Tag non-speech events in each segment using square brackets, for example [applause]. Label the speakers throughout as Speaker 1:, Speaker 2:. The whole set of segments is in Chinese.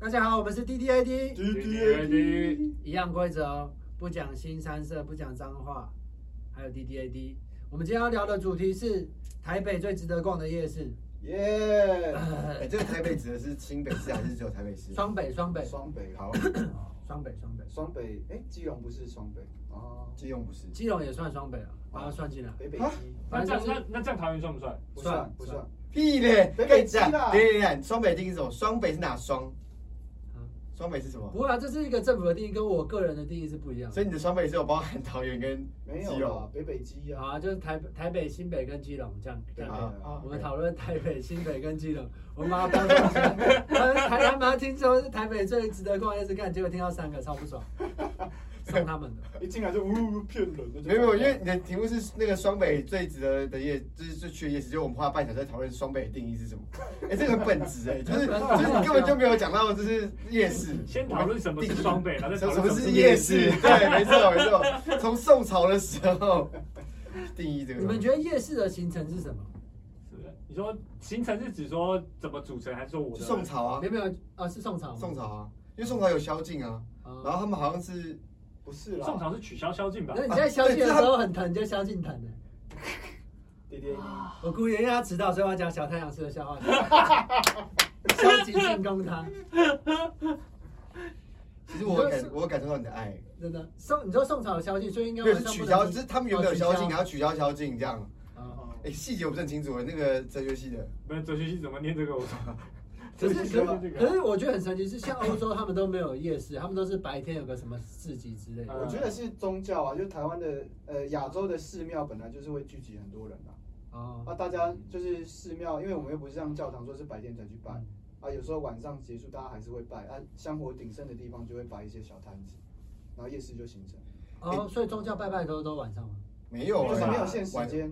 Speaker 1: 大家好，我们是 D D A D，
Speaker 2: 滴滴滴，
Speaker 1: 一样规则哦，不讲新三色，不讲脏话，还有 D D A D。我们今天要聊的主题是台北最值得逛的夜 [laughs] 市，
Speaker 2: 耶！
Speaker 3: 哎、这个台北指的是新北市还是只有台北市？
Speaker 1: 双北，双北，
Speaker 2: 双北
Speaker 3: 好，
Speaker 1: 双北，双北，
Speaker 2: 双北，哎，基隆不是双北哦，
Speaker 3: 基隆不是。
Speaker 1: 基隆也算双北啊，把它算进来。
Speaker 2: 北北
Speaker 3: 啊
Speaker 2: 基
Speaker 4: 那
Speaker 1: 反
Speaker 4: 这
Speaker 1: 正
Speaker 4: 样
Speaker 1: 就是
Speaker 4: 那那这样桃园算不算？
Speaker 2: 不
Speaker 1: 算
Speaker 2: 算不
Speaker 1: 算
Speaker 2: 算，
Speaker 3: 屁嘞！
Speaker 2: 北
Speaker 3: 跟
Speaker 2: 北
Speaker 3: 你
Speaker 2: 基
Speaker 3: 讲，
Speaker 2: 啦
Speaker 3: 等一下等一下双北定义是什么？双北是哪双
Speaker 1: 啊？
Speaker 3: 双北是什么？
Speaker 1: 不会啊，这是一个政府的定义，跟我个人的定义是不一样的。
Speaker 3: 所以你的双北是有包含桃园跟
Speaker 2: 没
Speaker 3: 基
Speaker 2: 有啦
Speaker 3: 隆，
Speaker 2: 北北基
Speaker 1: 好
Speaker 2: 啊，
Speaker 1: 啊，就是台台北、新北跟基隆这样这
Speaker 2: 对
Speaker 1: 样
Speaker 2: 啊
Speaker 1: 可以吗。
Speaker 3: 啊
Speaker 1: 我们讨论台北、新北跟基 [laughs] 隆，我们把它搬过去。 [laughs] 台台湾把它听说是台北最值得逛夜市看，结果听到三个超不爽，送他们的。
Speaker 2: 一进来就啊呜骗人的，
Speaker 3: 没有，因为你的题目是那个双北最值得的夜，就是最去的夜市，就我们花半小时在讨论双北的定义是
Speaker 2: [laughs]
Speaker 3: 什么。哎、这个很本质哎、就是就是你根本就没有讲到就是夜市。
Speaker 4: 先讨论什么是双北，然后再
Speaker 3: 什
Speaker 4: 讨
Speaker 3: 么
Speaker 4: 论
Speaker 3: 什么
Speaker 4: 是
Speaker 3: 是夜市？对，没错没错，从宋朝的时候定义这个东
Speaker 1: 你
Speaker 3: 西。
Speaker 1: 们觉得夜市的行程是什么？
Speaker 4: 是不是啊你说行程是指说怎么组成，还是说我
Speaker 3: 就
Speaker 4: 的
Speaker 3: 宋朝啊
Speaker 1: 没，有没有啊，是宋朝吗。
Speaker 3: 宋朝啊，因为宋朝有宵禁啊，然
Speaker 1: 啊。
Speaker 3: 后他们好像是
Speaker 2: 不是啦，
Speaker 4: 宋朝是取消宵禁吧
Speaker 1: 那？你在宵禁的时候很疼，就宵禁疼的。
Speaker 2: 滴滴滴，
Speaker 3: 啊
Speaker 1: 我故意因为他迟到，所以我要讲小太阳式的笑
Speaker 3: [laughs]
Speaker 1: 话。消极进攻他，
Speaker 3: 其实我有感我有感受到你的爱，
Speaker 1: 真的宋，你说宋朝有宵禁，所以应该
Speaker 3: 对，
Speaker 1: 晚
Speaker 3: 是
Speaker 1: 上
Speaker 3: 取
Speaker 1: 不
Speaker 3: 消，
Speaker 1: 能
Speaker 3: 就
Speaker 1: 吃。
Speaker 3: 是他们原本有宵禁，啊
Speaker 1: 哦取消
Speaker 3: 然后取消宵禁这样。
Speaker 1: 啊，
Speaker 2: 哦
Speaker 3: 哎，细节我不是很清楚，那个哲学系的，
Speaker 4: 不是哲学系怎么念这个？我
Speaker 1: 可是可
Speaker 4: 哲学系
Speaker 1: 是
Speaker 4: 这个
Speaker 1: 可是我觉得很神奇，是像欧洲他们都没有夜市，他们都是白天有个什么市集之类的。
Speaker 3: 呃
Speaker 2: 我觉得是宗教啊，就是台湾的呃亚洲的寺庙本来就是会聚集很多人啊，
Speaker 1: 哦
Speaker 2: 啊，大家就是寺庙，因为我们又不是像教堂说是白天才去拜，
Speaker 3: 嗯
Speaker 2: 啊，有时候晚上结束大家还是会拜，啊，香火鼎盛的地方就会摆一些小摊子，然后夜市就形成，
Speaker 1: 哦，所以宗教拜拜都都晚上吗？
Speaker 3: 没有
Speaker 2: 就是
Speaker 3: 啊，
Speaker 2: 没有限时
Speaker 3: 晚
Speaker 2: 间，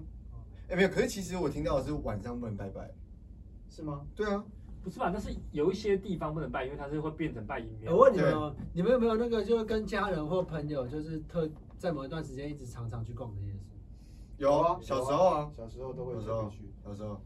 Speaker 3: 哎没有，可是其实我听到的是晚上不能拜拜。
Speaker 2: 是吗？
Speaker 3: 对啊，
Speaker 4: 不是吧？但是有一些地方不能拜，因为它是会变成拜阴
Speaker 1: 我
Speaker 4: 庙。
Speaker 1: 问你们哦，你们有没有那个就是跟家人或朋友，就是特在某一段时间一直常常去逛的夜市？
Speaker 3: 有啊，小时候啊，，
Speaker 2: 小时候都会
Speaker 3: 小时
Speaker 2: 特别
Speaker 3: 候
Speaker 2: 去，，
Speaker 3: 小时候，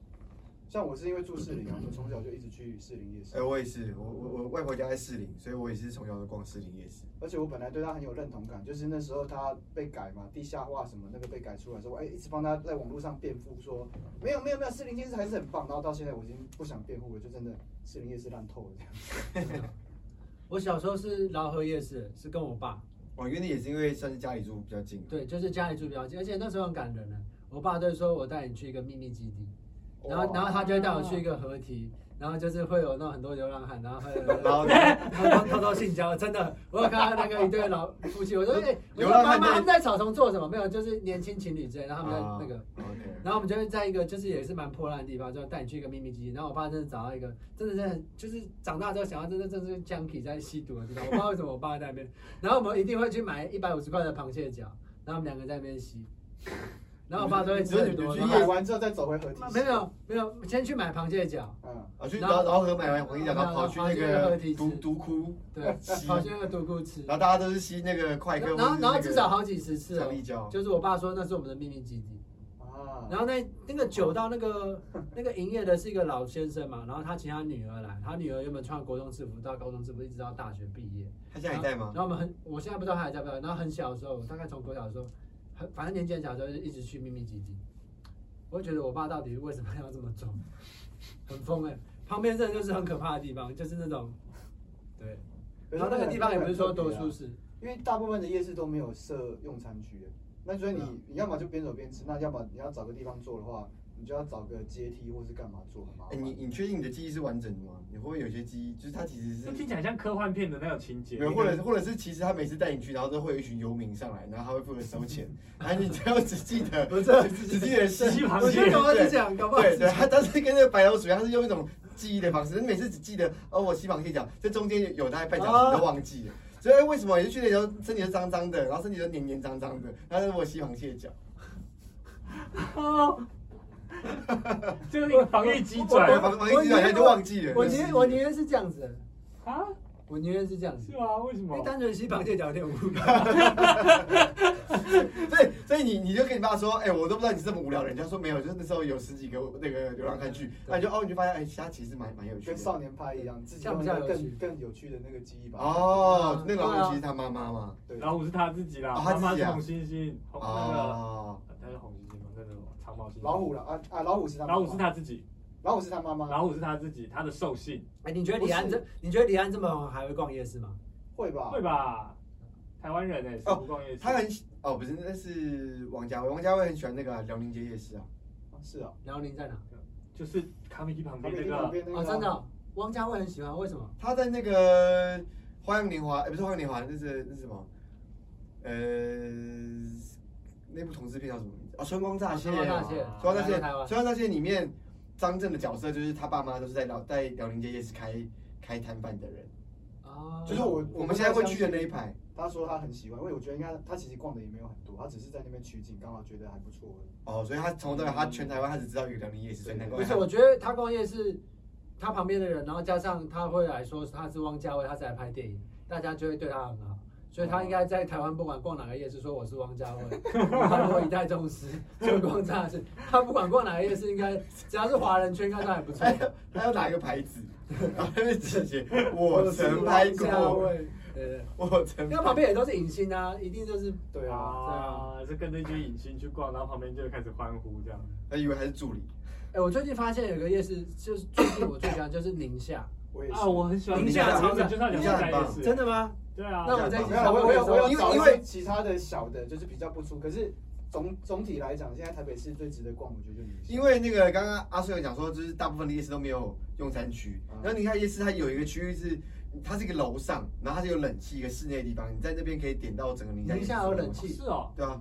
Speaker 2: 像我是因为住士林啊，我从小就一直去士林夜市
Speaker 3: 哎，，我也是，我我我外婆家在士林，所以我也是从小都逛士林夜市。
Speaker 2: 而且我本来对他很有认同感，就是那时候他被改嘛，地下化什么那个被改出来的时候，哎、一直帮他在网络上辩护说没有没有没有，士林夜市还是很棒。然后到现在我已经不想辩护了，就真的士林夜市烂透
Speaker 3: [laughs]
Speaker 2: 了这样。
Speaker 1: 我小时候是劳河夜市，是跟我爸，
Speaker 3: 我原来也是因为算是家里住比较近，
Speaker 1: 对，就是家里住比较近，而且那时候很感人呢。啊我爸都说我带你去一个秘密基地，
Speaker 2: 哦
Speaker 1: 然后然后他就会带我去一个河堤，然后就是会有那种很多流浪汉，然后
Speaker 3: [laughs]
Speaker 1: 还有
Speaker 3: 然后
Speaker 1: 偷偷偷性交，真的，我有看到那个一对老夫妻，我说哎，我
Speaker 3: 流
Speaker 1: 说
Speaker 3: 浪
Speaker 1: 妈
Speaker 3: 汉
Speaker 1: 妈
Speaker 3: 在
Speaker 1: 他们在草丛做什么？没有，就是年轻情侣之类，然后他们
Speaker 3: 啊
Speaker 1: 在那个，
Speaker 3: OK。
Speaker 1: 然后我们就会在一个就是也是蛮破烂的地方，就带你去一个秘密基地。然后我爸真的找到一个，真的是很就是长大之后想要真的真的是 junkie 在吸毒的地方，我不知道为什么我爸在那边。然后我们一定会去买一百五十块的螃蟹脚，然后我们两个在那边吸，然后我爸都会吃很多。
Speaker 2: 你
Speaker 3: 你
Speaker 1: 然
Speaker 3: 说
Speaker 1: 后
Speaker 2: 买完之后再走回合体，
Speaker 1: 没，有没有，先去买螃蟹脚，
Speaker 2: 嗯，
Speaker 3: 啊，去
Speaker 1: 然
Speaker 3: 然
Speaker 1: 后
Speaker 3: 后然后和买完黄衣讲，然后跑去那
Speaker 1: 然后跑
Speaker 3: 个
Speaker 1: 去那个
Speaker 3: 独独窟， [laughs]
Speaker 1: 对，
Speaker 3: 吸
Speaker 1: 跑去那个独孤吃。
Speaker 3: 然后大家都是吸那个快歌，
Speaker 1: 然后然后至少好几十次
Speaker 3: 橡
Speaker 1: 哦，
Speaker 3: 立胶，
Speaker 1: 就是我爸说那是我们的秘密基地。
Speaker 2: 啊，
Speaker 1: 然后那那个酒到那个 [laughs] 那个营业的是一个老先生嘛，然后他请他女儿来，他女儿原本穿国中制服到高中制服，一直到大学毕业。
Speaker 3: 他现在还在吗
Speaker 1: 然？后我们很，我现在不知道他还在不在。然后很小的时候，我大概从国小的时候，很反正年纪很小的时候就一直去秘密基地。我会觉得我爸到底为什么要这么做， [laughs] 很疯哎、旁边真的就是很可怕的地方，就是那种，对。然后那个地方也不是说多舒
Speaker 2: 出，
Speaker 1: 适，
Speaker 3: [laughs]
Speaker 2: 因为大部分的夜市都没有设用餐区，那所以
Speaker 1: 对啊
Speaker 2: 你你要么就边走边吃，那要么你要找个地方坐的话，你就要找个阶梯或是干嘛坐，很麻
Speaker 1: 啊
Speaker 3: 哎，
Speaker 2: 烦。
Speaker 3: 你你确定你的记忆是完整的吗？你会不会有些记忆，就是他其实
Speaker 4: 这
Speaker 3: 是，
Speaker 4: 听起来像科幻片的那种情节
Speaker 3: 没。有，或者是或者是其实他每次带你去，然后都会有一群游民上来，然后他会负责
Speaker 1: [laughs]
Speaker 3: 收钱，然后你只要只记得，
Speaker 1: 我这
Speaker 3: 只记得是
Speaker 4: 吸螃
Speaker 1: 我觉得
Speaker 4: 蟹
Speaker 1: 搞不好是这样，搞不好
Speaker 3: 对
Speaker 1: 是这
Speaker 3: 对，
Speaker 1: 样
Speaker 3: 他他是跟那个白老鼠一样，他是用一种记忆的方式，你每次只记得哦，我吸螃蟹脚，这中间有大概半小
Speaker 1: 哦
Speaker 3: 时你都忘记了。所以哎为什么有些去的时候身体是脏脏的，然后身体都黏黏脏脏的，然后但是我吸螃蟹脚，
Speaker 4: 哦，就是一个防御机转
Speaker 3: 对，防防疫机
Speaker 1: 我以为
Speaker 3: 转他就忘记了。
Speaker 1: 我宁愿我宁愿是这样子的。
Speaker 4: 啊！
Speaker 1: 我宁愿是这样子
Speaker 4: 是，吗？为什
Speaker 1: 因
Speaker 4: 么
Speaker 1: 为？单纯吸螃蟹脚有点无聊。
Speaker 3: 对，所以你你就跟你爸说，哎、我都不知道你是这么无聊的人。人家说没有，就是那时候有十几个那个流浪汉剧，那你就哦，你就发现哎，虾其实蛮蛮有趣
Speaker 2: 跟少
Speaker 3: 的。
Speaker 2: 年派一样，自己
Speaker 1: 这样比
Speaker 2: 用
Speaker 1: 较
Speaker 2: 一个
Speaker 1: 有趣
Speaker 2: 更更有趣的那个记忆吧。
Speaker 3: 哦，那个
Speaker 1: 啊
Speaker 3: 老虎其实他妈妈嘛。
Speaker 2: 对，
Speaker 4: 老虎是他自己啦，
Speaker 3: 哦他自己啊
Speaker 4: 妈妈是红猩猩，红那个
Speaker 3: 哦，
Speaker 4: 他是红猩猩吗？那个长毛猩
Speaker 2: [laughs]
Speaker 4: 猩。
Speaker 2: 老，虎了啊啊，老虎是他妈妈，
Speaker 4: 老虎是他自己，
Speaker 2: 老虎是他妈妈，
Speaker 4: 老虎是他自己，他的兽性
Speaker 1: [laughs] 哎，你觉得李安这，你觉得李安这么红还会逛夜市吗？
Speaker 2: 会吧？
Speaker 4: 会吧？台湾人哎，是不逛夜市
Speaker 3: 他很喜哦，不是，那是王家卫，王家卫很喜欢那个啊辽宁街夜市啊。
Speaker 2: 啊是啊，
Speaker 1: 辽宁在哪？
Speaker 4: 就是卡米基旁
Speaker 2: 他
Speaker 4: 边
Speaker 2: 们
Speaker 4: 那
Speaker 2: 一旁
Speaker 4: 个，
Speaker 2: 边那个
Speaker 1: 哦，
Speaker 2: 啊
Speaker 1: 真的哦，汪家卫很喜欢，为什么？
Speaker 3: 他在那个《花样年华》，哎、不是《花样年华》，那是那是什么？呃，那部同志片叫什么名字？啊、春光乍泄》
Speaker 1: 哦春光
Speaker 3: 啊。
Speaker 1: 乍泄
Speaker 3: 《春光乍泄
Speaker 1: 来自》台湾
Speaker 3: 《春光乍泄》里面，张震的角色就是他爸妈都是在辽在辽宁街夜市开开摊贩的人，
Speaker 1: 哦，
Speaker 3: 就是
Speaker 2: 我
Speaker 3: 我
Speaker 2: 不
Speaker 3: 我们现在会去的那一排。
Speaker 2: 他说他很喜欢，因为我觉得应该他其实逛的也没有很多，他只是在那边取景，刚好觉得还不错而已。
Speaker 3: 哦，所以他从那个他全台湾他只知道有个辽宁夜市，所以难怪
Speaker 1: 不是，
Speaker 3: 他。
Speaker 1: 我
Speaker 3: [laughs]
Speaker 1: 觉得他逛夜市，他旁边的人，然后加上他会来说他是汪家卫，他是来拍电影，大家就会对他很好。所以他应该在台湾不管逛哪个夜市，说我是汪家卫，他如果一代宗师，就逛这市。他不管逛哪个夜市，应该只要是华人圈，应该都还不错
Speaker 3: 还。有还有哪一个牌
Speaker 1: [laughs]
Speaker 3: 子？然后那边姐姐，我曾拍
Speaker 1: 是汪家
Speaker 3: 过，
Speaker 1: 卫，对对，
Speaker 3: 我
Speaker 1: 对
Speaker 3: 曾
Speaker 1: 因为旁边也都是影星啊，一定就是
Speaker 2: 对啊，
Speaker 4: 啊，是跟那些影星去逛，然后旁边就开始欢呼这样。
Speaker 3: 他以为他是助理。
Speaker 1: 哎、我最近发现有个夜市，就是最近我最喜欢就是宁夏，
Speaker 2: 我也是。
Speaker 4: 啊，我很喜欢
Speaker 1: 宁夏
Speaker 4: 宁
Speaker 1: 超赞
Speaker 4: 就是要讲下夜市，
Speaker 1: 真的吗？
Speaker 4: 对啊。
Speaker 1: 那我们再一起
Speaker 2: 没有，
Speaker 1: 讨
Speaker 2: 我
Speaker 1: 论
Speaker 2: 有我有
Speaker 3: 因为
Speaker 2: 找一
Speaker 3: 因
Speaker 2: 些
Speaker 3: 为
Speaker 2: 其他的小的，就是比较不出。可是总总体来讲，现在台北市最值得逛，我觉得就宁夏。
Speaker 3: 因为那个刚刚阿顺有讲说，就是大部分的夜市都没有用餐区
Speaker 2: 嗯，
Speaker 3: 然后宁夏夜市它有一个区域是，它是一个楼上，然后它是有冷气一个室内的地方，你在那边可以点到整个宁夏夜
Speaker 1: 宁
Speaker 3: 市。
Speaker 1: 夏有冷气，
Speaker 4: 是哦，
Speaker 3: 对啊，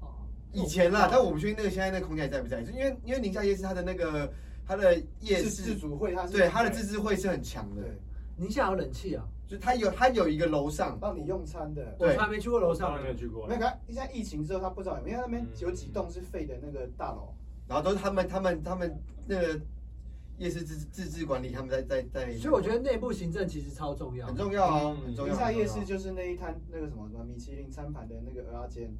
Speaker 4: 哦
Speaker 3: 以前啦，但我不确定那个现在那个空间还在不在，就因为因为宁夏夜市它的那个它的夜
Speaker 2: 是自
Speaker 3: 市，
Speaker 2: 主会，它是
Speaker 3: 对它的自治会是很强的，
Speaker 2: 对，
Speaker 1: 宁夏有冷气啊，
Speaker 3: 就它有它有一个楼上，
Speaker 2: 让你用餐的。
Speaker 1: 我
Speaker 3: 对
Speaker 1: 从来没去过楼
Speaker 4: 从
Speaker 1: 上
Speaker 4: 来没。有去过
Speaker 2: 没有，看现在疫情之后，他不知道有没有，因为那
Speaker 4: 嗯
Speaker 2: 边有几栋是废的那个大楼，
Speaker 3: 然后都是他们他们他们那个夜市自自治管理，他们在在在，
Speaker 1: 所以我觉得内部行政其实超重要
Speaker 3: 很。重要啊，
Speaker 4: 嗯
Speaker 3: 很重要。
Speaker 2: 宁夏夜
Speaker 3: 很重
Speaker 2: 市
Speaker 3: 要
Speaker 2: 就是那一摊那个什么什么米其林餐盘的那个鹅阿煎，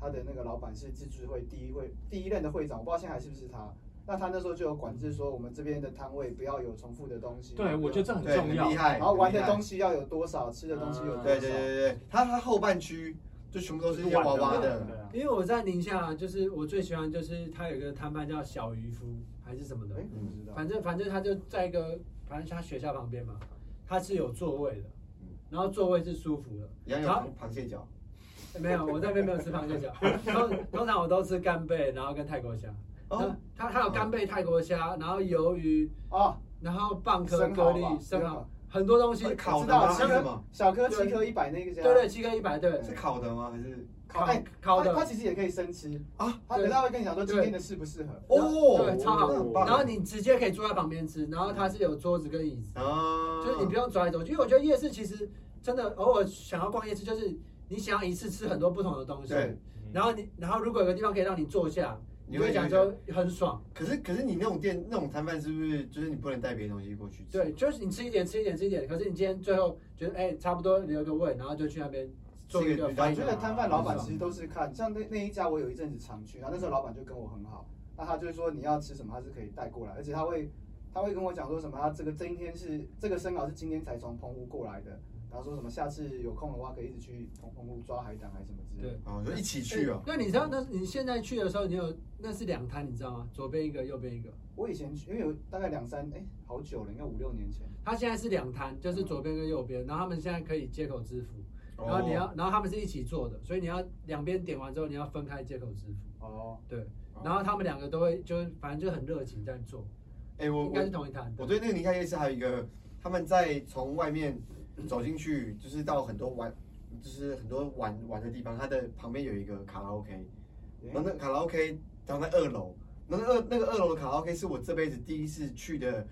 Speaker 2: 他的那个老板是自治会第一会第一任的会长，我不知道现在还是不是他。那他那时候就有管制说，我们这边的摊位不要有重复的东西。
Speaker 4: 对，我觉得这很
Speaker 3: 对
Speaker 4: 重要
Speaker 3: 很厉。害，
Speaker 2: 然后玩的
Speaker 3: 哎很厉害嗯
Speaker 2: 东西要有多少，吃的东西有
Speaker 1: 嗯
Speaker 2: 多少。
Speaker 3: 对对对对，对，它它后半区就全部都是一些娃娃的，
Speaker 2: 嗯
Speaker 4: 对啊
Speaker 1: 因为我在宁夏，就是我最喜欢就是它有一个摊贩叫小渔夫还是什么的，
Speaker 2: 哎，我不知道。
Speaker 3: 嗯
Speaker 1: 反正反正他就在一个反正他学校旁边嘛，他是有座位的
Speaker 3: 嗯，
Speaker 1: 然后座位是舒服的。
Speaker 3: 一样有
Speaker 1: 好
Speaker 3: 螃蟹脚，
Speaker 1: 哎没有，我在那边没有吃螃蟹脚，通通常我都吃干贝，然后跟泰国虾。
Speaker 3: 哦，
Speaker 1: 他他有干贝、泰国虾，然后鱿鱼，
Speaker 2: 啊，
Speaker 1: 然后蚌壳、
Speaker 2: 生
Speaker 1: 蛤
Speaker 2: 蚝吧
Speaker 1: 蜊、生蚝，
Speaker 2: 生
Speaker 1: 很多东西
Speaker 3: 是。
Speaker 2: 我
Speaker 3: 烤
Speaker 2: 知
Speaker 3: 的吗？
Speaker 2: 道
Speaker 3: 还
Speaker 2: 七
Speaker 3: 是什
Speaker 2: 颗
Speaker 3: 么？
Speaker 2: 小颗七颗一百那
Speaker 1: 对
Speaker 2: 个这样。
Speaker 1: 对，七个一百对，
Speaker 3: 是烤的吗？还是
Speaker 1: 烤
Speaker 2: 哎
Speaker 1: 烤的
Speaker 2: 它它其实也可以生吃
Speaker 3: 啊，
Speaker 2: 它
Speaker 1: 对
Speaker 2: 等下会跟你讲说今天的适不适合。
Speaker 3: 哦，
Speaker 1: 对超好
Speaker 3: 那很棒
Speaker 1: 然后你直接可以坐在旁边吃，然后它是有桌子跟椅子，
Speaker 3: 啊，
Speaker 1: 就是你不用走来走去。因为我觉得夜市其实真的偶尔想要逛夜市，就是你想要一次吃很多不同的东西，
Speaker 3: 对，
Speaker 1: 然后你然后如果有个地方可以让你坐下，你
Speaker 3: 你
Speaker 1: 会
Speaker 3: 会
Speaker 1: 想
Speaker 3: 讲
Speaker 1: 说
Speaker 3: 说，
Speaker 1: 很爽。
Speaker 3: 可是可是你那种店那种摊贩是不是就是你不能带别的东西过去吃？
Speaker 1: 对，就是你吃一点吃一点吃一点，可是你今天最后觉得哎、差不多留个胃，然后就去那边做一个
Speaker 3: 吃一个
Speaker 1: 翻
Speaker 2: 我
Speaker 1: 译
Speaker 2: 觉。得摊贩老板其实都是看，像那那一家我有一阵子常去，然后那时候老板就跟我很好，那他就是说你要吃什么他是可以带过来，而且他会他会跟我讲说什么他这个今天是这个生蚝是今天才从澎湖过来的，然后说什么下次有空的话可以一起去澎澎湖抓海胆还是什么之类的。
Speaker 3: 哦，就一起去哦。
Speaker 1: 哎那你知道那你现在去的时候，你有那是两摊，你知道吗？左边一个，右边一个。
Speaker 2: 我以前去，因为有大概两三哎好久了，应该五六年前。
Speaker 1: 它现在是两摊，就是左边跟右边，然后他们现在可以接口支付，然后你
Speaker 3: 哦
Speaker 1: 要，然后他们是一起做的，所以你要两边点完之后，你要分开接口支付，
Speaker 2: 哦，
Speaker 1: 对
Speaker 3: 哦，
Speaker 1: 然后他们两个都会，就是反正就很热情在做，
Speaker 3: 哎，我
Speaker 1: 应该
Speaker 3: 我
Speaker 1: 是同一摊的
Speaker 3: 我，对那个宁夏夜市还有一个，他们在从外面走进去，就是到很多玩，就是很多玩玩的地方，它的旁边有一个卡拉 OK。然后那个卡拉 OK 然后在二楼，然后那二那个二楼的卡拉 OK 是我这辈子第一次去的，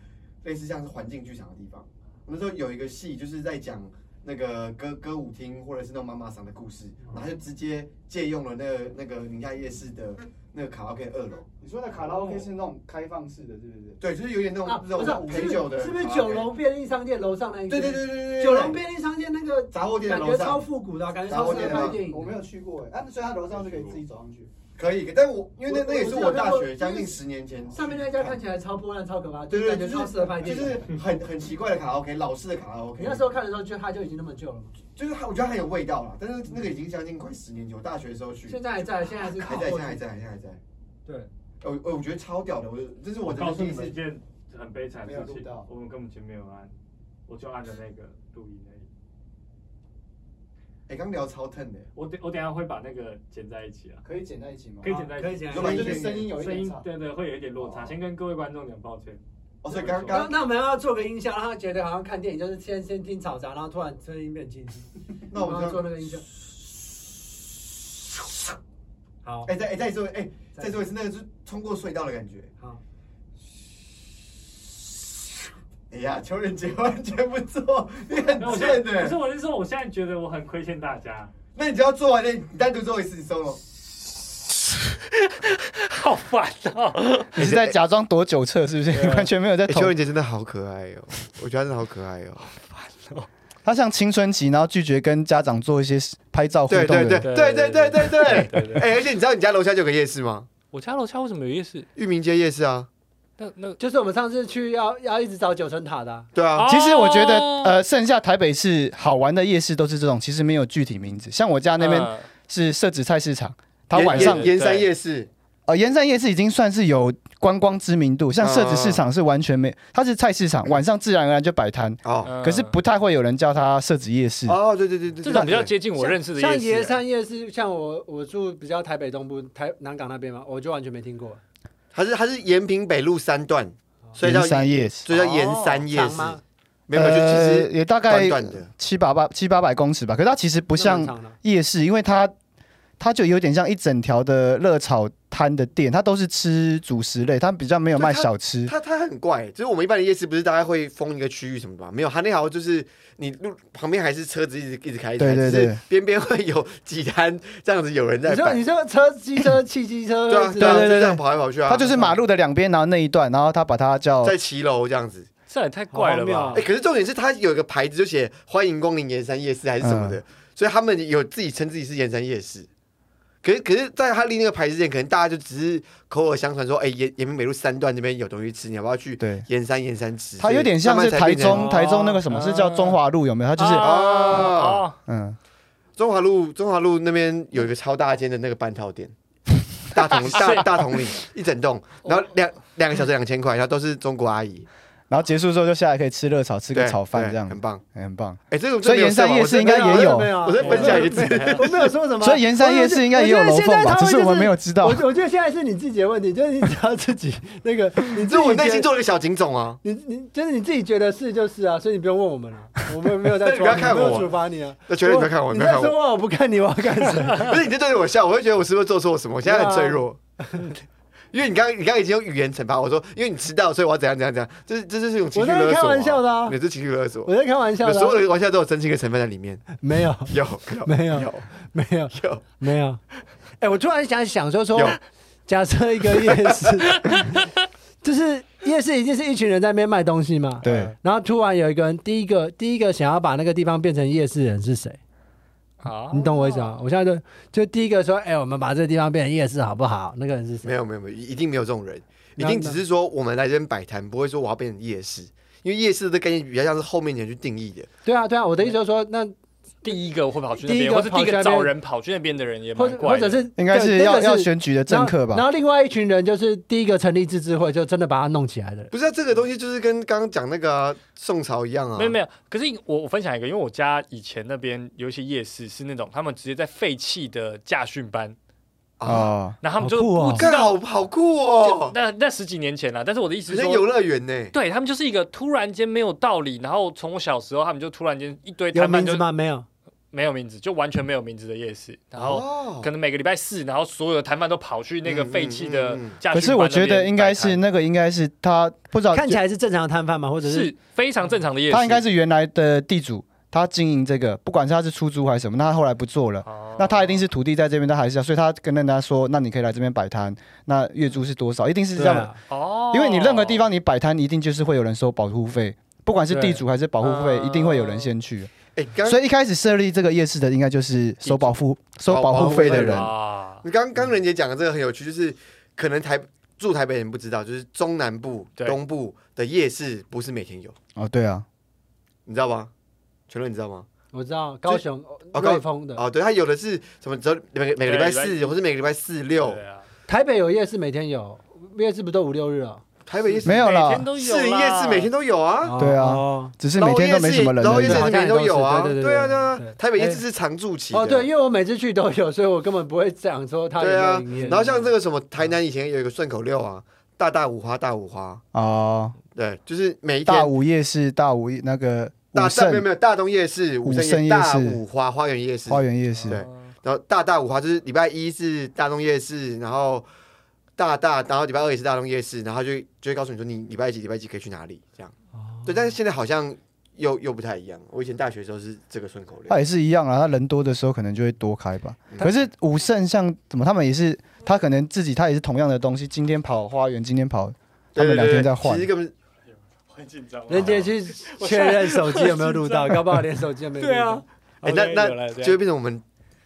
Speaker 3: 类似像是环境剧场的地方。那时候有一个戏就是在讲
Speaker 5: 那个歌歌舞厅或者是那种妈妈桑的故事，然后他就直接借用了那个那个宁夏夜市的那个卡拉 OK 二楼，
Speaker 6: 你说的卡拉 OK 是那种开放式的，是不是？
Speaker 5: 对，就是有点那
Speaker 1: 啊，
Speaker 5: 种
Speaker 1: 不
Speaker 5: 那
Speaker 1: 是
Speaker 5: 种
Speaker 1: 是
Speaker 5: 陪
Speaker 1: 不
Speaker 5: 酒的
Speaker 1: 是，是不是
Speaker 5: 卡拉
Speaker 1: 九
Speaker 3: 啊
Speaker 5: OK？
Speaker 1: 龙便利商店楼上那一
Speaker 5: 对对对
Speaker 1: 间？
Speaker 5: 对对对，
Speaker 1: 九龙便利商店那个
Speaker 5: 杂货店的
Speaker 1: 感
Speaker 5: 楼
Speaker 1: 觉
Speaker 5: 上
Speaker 1: 超复古的啊，感觉超适合拍电影的。
Speaker 6: 我没有去过哎，啊，所以它楼上就可以自己走上去。
Speaker 5: 可以，但我因为那
Speaker 1: 我
Speaker 5: 那也
Speaker 1: 我
Speaker 5: 是
Speaker 1: 知道
Speaker 5: 我大
Speaker 1: 但
Speaker 5: 学
Speaker 1: 我
Speaker 5: 将近十年前
Speaker 1: 上面那家看
Speaker 5: 看，
Speaker 1: 起来超破烂、超可怕，
Speaker 5: 对
Speaker 1: 就
Speaker 5: 对
Speaker 1: 感
Speaker 5: 对
Speaker 1: 觉超适合拍
Speaker 5: 就
Speaker 1: 电影。
Speaker 5: 是很很奇怪的卡拉 OK，老式的卡拉 OK。
Speaker 1: 你那时候看的时候，觉得它就已经那么旧了嘛？
Speaker 5: 就是它，我觉得很有味道啦，但是那个已经将近快十年前，我大学的时候去，
Speaker 1: 现在还在，现在还是
Speaker 5: 还在，现在还在，现在还在。
Speaker 1: 对，
Speaker 5: 呃，我我觉得超屌的，我就这是我
Speaker 7: 我
Speaker 5: 的
Speaker 7: 告诉
Speaker 5: 第一
Speaker 7: 你们一
Speaker 5: 次。
Speaker 7: 件很悲惨的事
Speaker 6: 没有录
Speaker 7: 情
Speaker 6: 到，
Speaker 7: 我们根本就没有按，我就按了那个录音而已。
Speaker 5: 哎，刚聊超疼的，
Speaker 7: 我等我等一下会把那个剪在一起啊，
Speaker 6: 可以剪在一起吗？
Speaker 7: 可以剪在
Speaker 1: 可
Speaker 7: 一
Speaker 1: 以
Speaker 7: 起
Speaker 1: 剪。
Speaker 5: 有把
Speaker 6: 就
Speaker 5: 音
Speaker 6: 是
Speaker 5: 乐
Speaker 6: 声音有一
Speaker 7: 声
Speaker 6: 点
Speaker 7: 音
Speaker 6: 差。
Speaker 7: 对对会有一点落差，
Speaker 6: 哦
Speaker 7: 先跟各位观众讲抱
Speaker 1: [laughs]
Speaker 7: 歉。
Speaker 5: 哦，所以刚
Speaker 1: 那
Speaker 5: 刚
Speaker 1: 那我们要做个音效，让他觉得好像看电影，就是先先听嘈杂，然后突然声音变清晰，
Speaker 5: 那我
Speaker 1: 然后
Speaker 5: 们
Speaker 1: 做
Speaker 5: 就
Speaker 1: 那个音效。好，
Speaker 5: 哎再哎再做哎再做一次，那个是通过隧道的感觉。
Speaker 1: 好，
Speaker 5: 哎呀，求人节完全不做， [laughs] 你很
Speaker 7: 那我现
Speaker 5: 贱
Speaker 7: 在可是
Speaker 5: 的。
Speaker 7: 我是说，我现在觉得我很亏欠大
Speaker 4: [laughs]
Speaker 7: 家，
Speaker 5: 那你只要做完，那你单独做一次，你收了。
Speaker 3: 好烦
Speaker 1: [laughs]
Speaker 3: 哦！
Speaker 2: 你是在假装躲酒测
Speaker 7: 啊
Speaker 2: 是不是？完全没有在
Speaker 3: 欸、邱
Speaker 2: 投
Speaker 6: 啊
Speaker 3: 仁。杰真的好可爱哦，我觉得他真的好可爱哦。
Speaker 2: 他像青春期，然后拒绝跟家长做一些拍哦照互
Speaker 3: 对
Speaker 2: 动的
Speaker 3: 对
Speaker 2: 人。
Speaker 3: 对对对对对对。
Speaker 4: 对对，
Speaker 3: [laughs] 哎、而且你知道你家楼下就有个夜市吗？
Speaker 4: 我家楼下为什么有夜市？
Speaker 3: 裕民街夜市啊。
Speaker 4: 那那
Speaker 1: 就是我们上次去要要一直找九层塔的啊，
Speaker 3: 对啊，
Speaker 4: 哦
Speaker 2: 其实我觉得，呃，剩下台北市好玩的夜市都是这种，其实没有具体名字。像我家那
Speaker 7: 啊
Speaker 2: 边
Speaker 4: 嗯
Speaker 2: 是社子菜市场，它
Speaker 3: 盐
Speaker 2: 晚上
Speaker 3: 盐盐山
Speaker 4: 对
Speaker 3: 夜市，
Speaker 2: 呃盐山夜市已经算是有观光知名度，
Speaker 3: 嗯
Speaker 2: 像社子市场是完全没，它是菜市场，晚上自然而然就摆摊，
Speaker 3: 哦
Speaker 2: 可是不太会有人叫它社子夜市。
Speaker 3: 哦，对对对对，
Speaker 4: 呃这种比较
Speaker 3: 对
Speaker 4: 接近 [laughs] 我认识的
Speaker 1: 像
Speaker 4: 夜
Speaker 1: 野
Speaker 4: 市啊。
Speaker 1: 山夜市，像我我住比较台北东部、台南港那边嘛，我就完全没听过。
Speaker 3: 它是它是延平北路三段，所以叫
Speaker 2: 盐山夜市，
Speaker 3: 所
Speaker 4: 哦
Speaker 3: 以叫盐山夜
Speaker 1: 长
Speaker 3: 市，
Speaker 1: 吗？
Speaker 3: 没有，就其
Speaker 2: 呃
Speaker 3: 实
Speaker 2: 也大概
Speaker 3: 短短的，
Speaker 2: 七八百七八百公尺吧，可是它其实不
Speaker 1: 不
Speaker 2: 像夜市，因为它它就有点像一整条的热炒摊的店，它都是吃主食类，它比较没有卖小吃。
Speaker 3: 它它很怪，就是我们一般的夜市不是大概会封一个区域什么的吗？没有，它那条就是你路旁边还是车子一直一直开，一直
Speaker 2: 对
Speaker 3: 开
Speaker 2: 对
Speaker 3: 只是
Speaker 2: 对
Speaker 3: 边边会有几摊这样子有人在
Speaker 1: 你说
Speaker 3: 摆
Speaker 1: 你，说车机车、汽机车，
Speaker 3: 对啊
Speaker 1: 一直
Speaker 3: 对啊，
Speaker 2: 对对
Speaker 3: 就
Speaker 2: 对
Speaker 3: 这样跑来跑去啊，
Speaker 2: 它就是马路的两边，然后那一段，然后它把它叫
Speaker 3: 在骑楼这样子。
Speaker 4: 这也太怪了
Speaker 1: 好荒啊
Speaker 4: 吧
Speaker 3: 哎、！可是重点是它有一个牌子就写欢迎光临盐山夜市还是什么
Speaker 2: 嗯
Speaker 3: 的，所以他们有自己称自己是盐山夜市。可是，可是，在他立那个牌子之前，可能大家就只是口耳相传说，哎、延延平北路三段那边有东西吃，你要不要去
Speaker 2: 对，
Speaker 3: 盐山盐山吃？
Speaker 2: 它有点像是
Speaker 3: 所以
Speaker 2: 台
Speaker 3: 慢慢才变成啊
Speaker 2: 中台中那个什么是叫中华路有没有？它就是
Speaker 4: 哦，
Speaker 2: 嗯，
Speaker 3: 中华路，中华路那边有一个超大间的那个半
Speaker 2: [laughs]
Speaker 3: 套店，大同大大同里一整栋，
Speaker 4: 哦
Speaker 3: 然后两两个小时两千块，然后都是中国阿姨，
Speaker 2: 然后结束之后就下来可以吃热炒，吃个
Speaker 3: 对
Speaker 2: 炒饭
Speaker 3: 对
Speaker 2: 这样，
Speaker 3: 很棒。
Speaker 2: 哎很棒。
Speaker 3: 哎、这个
Speaker 2: 所以
Speaker 3: 这没有
Speaker 2: 盐山
Speaker 3: 上网
Speaker 2: 夜市应该也有
Speaker 1: 没有啊
Speaker 3: 我再分享一次，
Speaker 1: [laughs] 我没有说什么。啊
Speaker 2: 所以盐山夜市应该也有楼凤吧，只是我们没
Speaker 1: 有。
Speaker 2: 有知道
Speaker 1: 我。我觉得现在是你自己的问题，就是你只要自己那个，你自
Speaker 3: 这
Speaker 1: 己
Speaker 3: 我
Speaker 1: 觉
Speaker 3: 内心
Speaker 1: 得
Speaker 3: 做了一个小警种啊。
Speaker 1: 你你就是你自己觉得是就是啊，所以你不用问我们了，我们没有在
Speaker 3: [laughs] 那你不要
Speaker 1: 抓你
Speaker 3: 看
Speaker 1: 没有
Speaker 3: 我
Speaker 1: 处罚你啊。
Speaker 3: 那绝对不要看我，
Speaker 1: 你
Speaker 3: 不要
Speaker 1: 在
Speaker 3: 看
Speaker 1: 说
Speaker 3: 我，
Speaker 1: 话我不看你，我要看谁？
Speaker 3: 不是你在对着我笑，我会觉得我是不是做错什么？我现在
Speaker 1: 啊
Speaker 3: 很脆弱。因为你刚刚你刚刚已经用语言惩罚我说，因为你迟到，所以我要怎样怎样怎样，这是这就是一种情
Speaker 1: 我
Speaker 3: 绪
Speaker 1: 在
Speaker 3: 勒索、啊。
Speaker 1: 开玩笑的啊
Speaker 3: 你，是情绪勒索。
Speaker 1: 我在开玩笑的
Speaker 3: 所
Speaker 1: 啊。
Speaker 3: 有的玩笑都有真情的成分在里面。
Speaker 1: 没 [laughs] 有
Speaker 3: 有有
Speaker 1: 没有
Speaker 3: 有
Speaker 1: 没有
Speaker 3: 有，
Speaker 1: 没有。哎，我突然想想说说
Speaker 3: 有，
Speaker 1: 假设一个夜市，就是夜市一定是一群人在那边卖东西嘛。
Speaker 2: 对，
Speaker 1: 然后突然有一个人，第一个第一个想要把那个地方变成夜市的人是谁？
Speaker 4: 好，
Speaker 1: 你懂我意思吗？我现在就就第一个说，哎、我们把这个地方变成夜市好不好？那个人是谁？
Speaker 3: 没有没有没有，一定没有这种人，一
Speaker 1: 那
Speaker 3: 定只是说我们来这边摆摊，不会说我要变成夜市，因为夜市的概念比较像是后面人去定义的。
Speaker 1: 对啊，对啊，我的意思就是说，那
Speaker 4: 第一个会跑去那
Speaker 1: 第一
Speaker 4: 边，
Speaker 1: 个
Speaker 4: 或是第一
Speaker 1: 跑去那
Speaker 4: 个
Speaker 1: 边
Speaker 4: 找人跑去那边的人也
Speaker 1: 或
Speaker 4: 蛮
Speaker 1: 者或
Speaker 4: 怪的，
Speaker 1: 者是
Speaker 2: 应该是
Speaker 1: 对
Speaker 2: 要
Speaker 1: 真的
Speaker 2: 要选举的政客
Speaker 1: 然后然
Speaker 2: 吧？
Speaker 1: 后另外一群人就是第一个成立自治会，就真的把它弄起来的人。
Speaker 3: 不是、啊、这个东西就是跟刚刚讲那个啊、宋朝一
Speaker 1: 嗯
Speaker 3: 样啊，
Speaker 4: 没有没有，可是我我分享一个，因为我家以前那边有一些夜市是那种他们直接在废弃的驾训班，
Speaker 3: 啊，
Speaker 2: 哦，
Speaker 4: 然后他们就
Speaker 1: 好酷哦
Speaker 4: 不知
Speaker 3: 干
Speaker 4: 道，
Speaker 3: 好好酷哦
Speaker 4: 就，那那十几年前了，但是我的意思
Speaker 3: 很
Speaker 4: 是
Speaker 3: 像
Speaker 4: 说，
Speaker 3: 游乐园呢。
Speaker 4: 对他们就是一个突然间没有道理，然后从我小时候他们就突然间一堆
Speaker 1: 有
Speaker 4: 摊贩
Speaker 1: 名
Speaker 4: 就
Speaker 1: 字吗？没有。
Speaker 4: 没有名字，就完全没有名字的夜市，然后
Speaker 3: 哦
Speaker 4: 可能每个礼拜四，然后所有的摊贩都跑去那个
Speaker 3: 嗯
Speaker 4: 废弃的
Speaker 3: 嗯嗯嗯
Speaker 4: 驾训班那边摆
Speaker 2: 可
Speaker 4: 摊，
Speaker 2: 是我觉得应该是那个应该是他不知道
Speaker 1: 哦看起来是正常的摊贩吗？或者是
Speaker 4: 是非常正常的夜市，
Speaker 2: 他应该是原来的地主，他经营这个，不管是他是出租还是什么，那他后来不做了。
Speaker 4: 哦
Speaker 2: 那他一定是土地在这边，他还是要，所以他跟人家说，那你可以来这边摆摊，那月租是多少？一定是这
Speaker 1: 对
Speaker 2: 样的，
Speaker 1: 啊，
Speaker 4: 哦，
Speaker 2: 因为你任何地方你摆摊，一定就是会有人收保护费，不管是地主还是保护费，
Speaker 4: 对
Speaker 2: 一定会有人先去。啊
Speaker 3: 哎，刚
Speaker 2: 所以一开始设立这个夜市的，应该就是收保护收保护费的人。
Speaker 4: 啊，
Speaker 3: 你刚刚人姐讲的这个很有趣，就是可能台住台北人不知道，就是中南部、
Speaker 4: 对
Speaker 3: 东部的夜市不是每天有，
Speaker 2: 哦，对啊，
Speaker 3: 你知道吗？全伦你知道吗？
Speaker 1: 我知道高雄
Speaker 3: 哦高
Speaker 1: 瑞丰的，
Speaker 3: 哦，对，它有的是什么？只有每个每个礼拜
Speaker 4: 对礼
Speaker 3: 四，或是每个礼拜四六，
Speaker 4: 对啊，
Speaker 1: 台北有夜市，每天有夜市，不都五六日哦？
Speaker 3: 台北夜市
Speaker 2: 没有
Speaker 4: 每
Speaker 2: 啦
Speaker 4: 天，都有啦
Speaker 3: 市营夜市每天都有啊，
Speaker 1: 哦
Speaker 2: 对啊
Speaker 1: 哦
Speaker 2: 只是每天都没什么人啊
Speaker 3: 然后夜市
Speaker 1: 对
Speaker 3: 也
Speaker 1: 好
Speaker 3: 是
Speaker 1: 像
Speaker 3: 每天都有啊，
Speaker 1: 也都是对对对
Speaker 3: 对啊，对啊
Speaker 1: 对，
Speaker 3: 台北夜市是常驻期的，
Speaker 1: 哦，对，因为我每次去都有，所 [laughs] 以我根本不会讲说他有没
Speaker 3: 对啊
Speaker 1: 有营业。。
Speaker 3: 然后像这个什么台南以前有一个顺口溜啊，大大五花大五花，
Speaker 2: 哦，
Speaker 3: 对，就是每一
Speaker 2: 大
Speaker 3: 天
Speaker 2: 武夜市、大武那个
Speaker 3: 大
Speaker 2: 武
Speaker 3: 大没有
Speaker 2: 圣
Speaker 3: 没有大东夜市、
Speaker 2: 武
Speaker 3: 圣
Speaker 2: 圣夜
Speaker 3: 大
Speaker 2: 市
Speaker 3: 五花花园夜市，
Speaker 2: 花园夜市，
Speaker 3: 对然后大大五花就是礼拜一是大东夜市，然后大大，然后礼拜二也是大东夜市，然后就就会告诉你说你礼拜几礼拜几可以去哪里这样。
Speaker 4: 哦
Speaker 3: 对，但是现在好像又又不太一样。我以前大学的时候是这个顺口嗯溜
Speaker 2: 它，也是一样啊。它人多的时候可能就会多开吧。可是武圣像怎么，他们也是，他可能自己他也是同样的东西，今天跑花园，今天跑，他
Speaker 3: 对
Speaker 2: 们
Speaker 3: 对
Speaker 2: 两
Speaker 3: 对
Speaker 2: 天再
Speaker 3: 对，
Speaker 2: 换
Speaker 3: 其实。根本
Speaker 4: 很紧张啊，
Speaker 1: 人家去确认手机有没有录到，搞不好连手机都没录到。
Speaker 4: 对啊，
Speaker 3: 哎、
Speaker 4: OK，
Speaker 3: 那
Speaker 4: 有了啊
Speaker 3: 那
Speaker 4: 这样
Speaker 3: 就会变成我们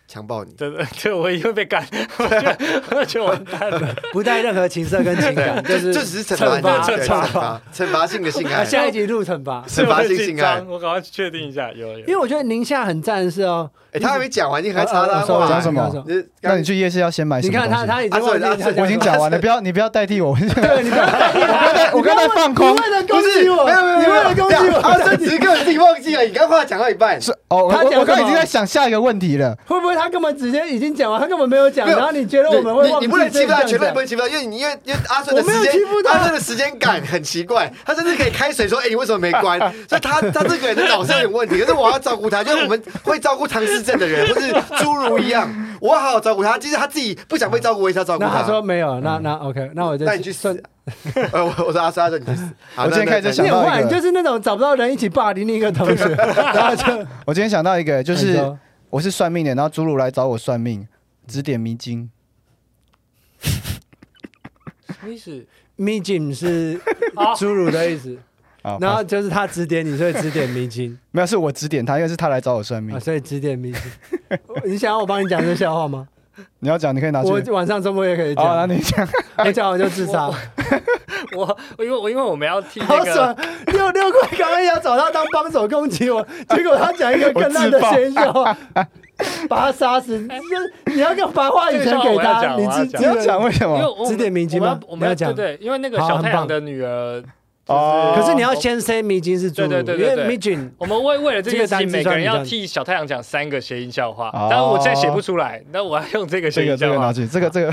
Speaker 3: 强暴你。
Speaker 4: 对对对，我也会被干， [laughs] 我觉得我觉得完蛋了。
Speaker 1: 不带任何情色跟情感，就
Speaker 3: 这
Speaker 1: 是
Speaker 3: 只是
Speaker 1: 惩
Speaker 3: 惩罚
Speaker 1: 罚
Speaker 3: 你，对
Speaker 1: 惩
Speaker 3: 惩
Speaker 1: 罚
Speaker 3: 罚惩罚性的
Speaker 4: [laughs]
Speaker 3: 性
Speaker 1: 啊，
Speaker 3: 爱，
Speaker 1: 下一集录惩罚。
Speaker 3: 惩罚性
Speaker 4: 紧
Speaker 3: 性爱
Speaker 4: 张，。我赶快去确定一下，有
Speaker 1: 因为
Speaker 4: 有。
Speaker 1: 我觉得宁夏很赞的是哦，
Speaker 3: 哎、他还没讲完，你还插
Speaker 1: 哦
Speaker 2: 呃
Speaker 3: 他
Speaker 1: 哦哦
Speaker 3: 话？
Speaker 2: 讲什么
Speaker 1: 你说
Speaker 3: 你
Speaker 2: 那
Speaker 3: 刚
Speaker 2: 你去夜市要先买什
Speaker 1: 你
Speaker 2: 么东
Speaker 1: 看
Speaker 2: 西？
Speaker 1: 他他已经
Speaker 3: 啊所
Speaker 1: 忘
Speaker 3: 以
Speaker 1: 记
Speaker 3: 啊所以
Speaker 1: 他
Speaker 2: 我已经讲完了，不要你不要代替我。
Speaker 1: 对，你不要代替
Speaker 2: 我刚才
Speaker 1: 他，
Speaker 2: 我刚才放空
Speaker 1: 你为了
Speaker 3: 不
Speaker 1: 攻
Speaker 3: 是
Speaker 1: 击我，
Speaker 3: 没有没有没
Speaker 1: 你
Speaker 3: 有
Speaker 1: 为了攻击我，
Speaker 3: 啊，这只是个人自己忘记了，你刚话讲到一半。
Speaker 2: 是哦，我
Speaker 1: 他讲
Speaker 2: 我我刚
Speaker 1: 什
Speaker 2: 才已
Speaker 1: 么
Speaker 2: 经在想下一个问题了。
Speaker 1: 会不会他根本直接已经讲完，他根本没有讲，
Speaker 3: 没有
Speaker 1: 然后你觉得我们会
Speaker 3: 你
Speaker 1: 忘
Speaker 3: 你
Speaker 1: 记
Speaker 3: 不能欺负他，
Speaker 1: 这
Speaker 3: 绝
Speaker 1: 样讲
Speaker 3: 对不能欺负他，因为你因为因为阿顺的时
Speaker 1: 我没有
Speaker 3: 间
Speaker 1: 欺负，他
Speaker 3: 阿顺的时间感很奇怪，他甚至可以开水说：“哎、你为什么没关？” [laughs] 所以他他这个人的脑子有点问题，可是我要照顾他，就是我们会照顾唐氏症的人，或是侏儒一样，我要好好照顾他。即使他自己不想被照顾，我也是要照顾
Speaker 1: 那他说
Speaker 3: 他。
Speaker 1: 没有，那那 OK，那我就
Speaker 3: 那你去死
Speaker 1: 算
Speaker 3: 啊！呃，我我说阿顺，阿顺你去死。好
Speaker 2: 我今天
Speaker 3: 那
Speaker 2: 开始
Speaker 3: 那
Speaker 2: 想
Speaker 1: 你
Speaker 2: 到
Speaker 1: 很
Speaker 2: 一个
Speaker 1: 坏，你就是那种找不到人一起霸凌另一个同
Speaker 3: [laughs]
Speaker 1: 学，然后就
Speaker 2: 我今天想到一个，就
Speaker 1: 你
Speaker 2: 是
Speaker 1: 说
Speaker 2: 我是算命的，然后侏儒来找我算命，指点迷津。
Speaker 4: 什么意思？
Speaker 1: 迷津是侏儒的意思，
Speaker 2: 啊，
Speaker 1: [laughs] 然
Speaker 2: 好
Speaker 1: 后就是他指点你，所以指点迷
Speaker 3: [laughs]
Speaker 1: 津
Speaker 2: 没有是我指点他，因为是他来找我算
Speaker 1: 啊，
Speaker 2: 命。
Speaker 1: 所以指点迷津。你想要我帮你讲这笑话吗？
Speaker 2: 你要讲，你可
Speaker 3: 啊
Speaker 2: 以拿出
Speaker 1: 我
Speaker 2: 来。
Speaker 1: 晚上周末也可以
Speaker 2: 好，
Speaker 3: 哦
Speaker 1: 讲，
Speaker 2: 那你讲。
Speaker 1: 我讲完就自杀。
Speaker 4: [laughs] 我我因为我因为我们要替
Speaker 1: [laughs]
Speaker 4: 那
Speaker 1: 好
Speaker 4: 个
Speaker 1: 爽！六六块刚刚要找他当帮手攻击我，结果他讲一个更烂的先笑话， [laughs] 把他杀
Speaker 4: [laughs]
Speaker 1: 死。这你要给我把话语权给他，你
Speaker 4: 这个笑话我要讲
Speaker 1: 知
Speaker 2: 你
Speaker 1: 知
Speaker 2: 要
Speaker 1: 道
Speaker 2: 讲为什
Speaker 4: 因为
Speaker 2: 么？
Speaker 4: 我们
Speaker 1: 指点迷津吗
Speaker 4: 我们要我们要
Speaker 1: 你要讲
Speaker 4: 对对，因为那个
Speaker 1: 好
Speaker 4: 小太阳
Speaker 1: 很棒
Speaker 4: 的女儿。
Speaker 2: 哦
Speaker 1: 可是你要先 say 迷津是猪，
Speaker 4: 对对对对
Speaker 1: 因为
Speaker 4: 对
Speaker 1: 迷津
Speaker 4: 我们为为了这件事
Speaker 1: 这
Speaker 4: 情，
Speaker 1: 个单词
Speaker 4: 每个人
Speaker 1: 算
Speaker 4: 要
Speaker 1: 你这
Speaker 4: 替小太阳讲三个谐音笑话
Speaker 2: 哦，
Speaker 4: 但我现在写不出来，那我要用这个
Speaker 2: 这
Speaker 4: 谐
Speaker 2: 个
Speaker 4: 音
Speaker 2: 这
Speaker 4: 笑
Speaker 2: 个拿
Speaker 4: 话。
Speaker 2: 去，这个这个